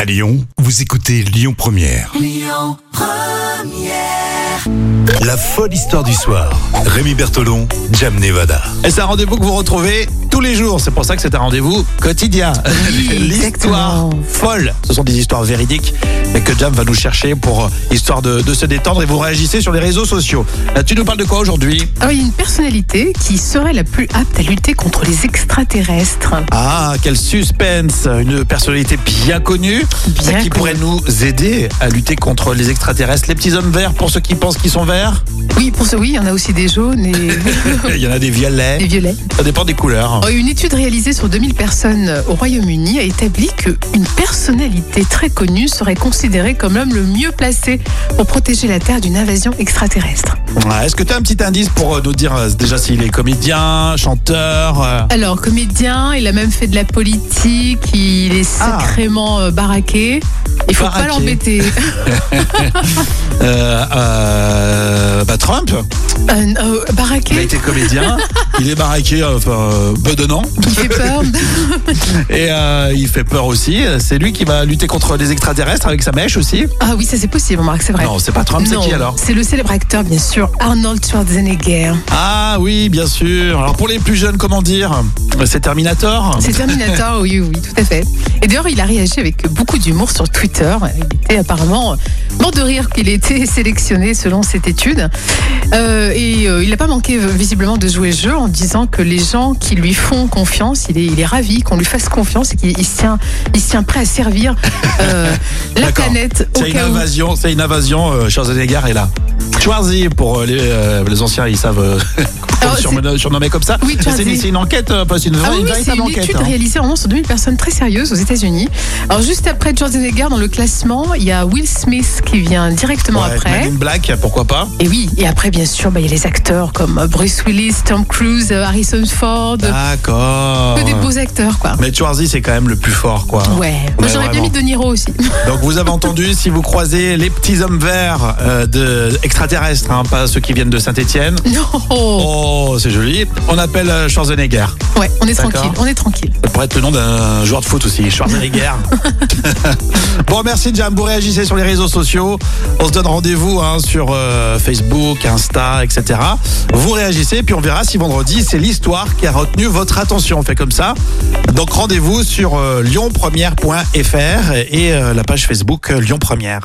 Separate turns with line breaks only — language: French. À Lyon, vous écoutez Lyon Première. Lyon Première. La folle histoire du soir. Rémi Bertolon, Jam Nevada.
Et c'est un rendez-vous que vous retrouvez tous les jours. C'est pour ça que c'est un rendez-vous quotidien. L'histoire
exactement.
folle. Ce sont des histoires véridiques mais que Jam va nous chercher pour euh, histoire de, de se détendre et vous réagissez sur les réseaux sociaux. Euh, Tu nous parles de quoi aujourd'hui
Alors, il y a Ah une personnalité qui serait la plus apte à lutter contre les extraterrestres.
Ah, quel suspense Une personnalité bien connue
Bien
qui
connue.
pourrait nous aider à lutter contre les extraterrestres. Les petits hommes verts, pour ceux qui pensent qu'ils sont verts,
Oui, pour ce oui, il y en a aussi des jaunes et
il y en a des
des
violets.
violets.
Ça dépend des couleurs.
Alors, Une étude réalisée sur 2000 personnes au Royaume-Uni a établi qu'une personnalité très connue serait considérée comme l'homme le mieux placé pour protéger la Terre d'une invasion extraterrestre.
Ouais, Est-ce que tu as un petit indice pour euh, nous dire euh, déjà s'il est comédien, chanteur euh,
Alors, comédien, il a même fait de la politique, il est
Ah.
sacrément euh, baraqué. Il faut
Baraqué.
pas l'embêter.
euh, euh, bah, Trump
Euh, euh,
Il a
baraqué
été comédien, il est baraqué, euh, enfin euh, bedonnant,
qui fait peur.
et euh, il fait peur aussi. C'est lui qui va lutter contre les extraterrestres avec sa mèche aussi.
Ah oui, ça c'est possible, remarque, c'est vrai.
Non, c'est pas Trump, Ah, c'est
Non,
qui alors
C'est le célèbre acteur, bien sûr, Arnold Schwarzenegger.
Ah oui, bien sûr. Alors pour les plus jeunes, comment dire C'est Terminator
C'est Terminator, oui, oui, tout à fait. Et d'ailleurs, il a réagi avec beaucoup d'humour sur Twitter. Il était apparemment mort de rire qu'il ait été sélectionné selon cette étude. Euh, et euh, il n'a pas manqué euh, visiblement de jouer le jeu en disant que les gens qui lui font confiance, il est, il est ravi qu'on lui fasse confiance et qu'il il se, tient, il se tient prêt à servir euh, la
D'accord.
planète au
C'est une
cas où.
invasion, c'est une invasion, euh, Schwarzenegger est là. Schwarzy, pour euh, les, euh, les anciens, ils savent euh, qu'on
Alors,
le surnomme- surnommer comme ça.
Ah Oui,
Mais c'est une,
Schwarzy.
c'est une enquête, euh, enfin, c'est une, vraie,
Ah oui,
une
oui, c'est
véritable
une
enquête.
étude
hein.
réalisée vraiment sur 2000 personnes très sérieuses aux États-Unis. Alors, juste après Schwarzenegger dans le classement, il y a Will Smith qui vient directement
Ouais,
après.
Men in Black, pourquoi pas
Et oui, et après, bien sûr, bah, il y a les acteurs comme euh, Bruce Willis, Tom Cruise, euh, Harrison Ford.
Ah, D'accord.
que des beaux acteurs, quoi.
Mais Schwarzy, c'est quand même le plus fort, quoi.
Ouais. Moi, j'aurais bien
Ah. vraiment.
mis De Niro aussi.
Donc, vous avez entendu, si vous croisez les petits hommes verts euh, de extraterrestres, hein, pas ceux qui viennent de Saint-Etienne.
non.
Oh, c'est joli. On appelle euh, Schwarzenegger.
Ouais, on est
D'accord.
tranquille. On est tranquille.
Ça pourrait être le nom d'un joueur de foot aussi, Schwarzenegger. bon, merci Jam, vous réagissez sur les réseaux sociaux. On se donne rendez-vous hein, sur euh, Facebook, Insta, etc. Vous réagissez, puis on verra si vendredi, c'est l'histoire qui a retenu votre attention. On fait comme ça. Donc rendez-vous sur euh, lyonpremière.fr et euh, la page Facebook euh, Lyon Première.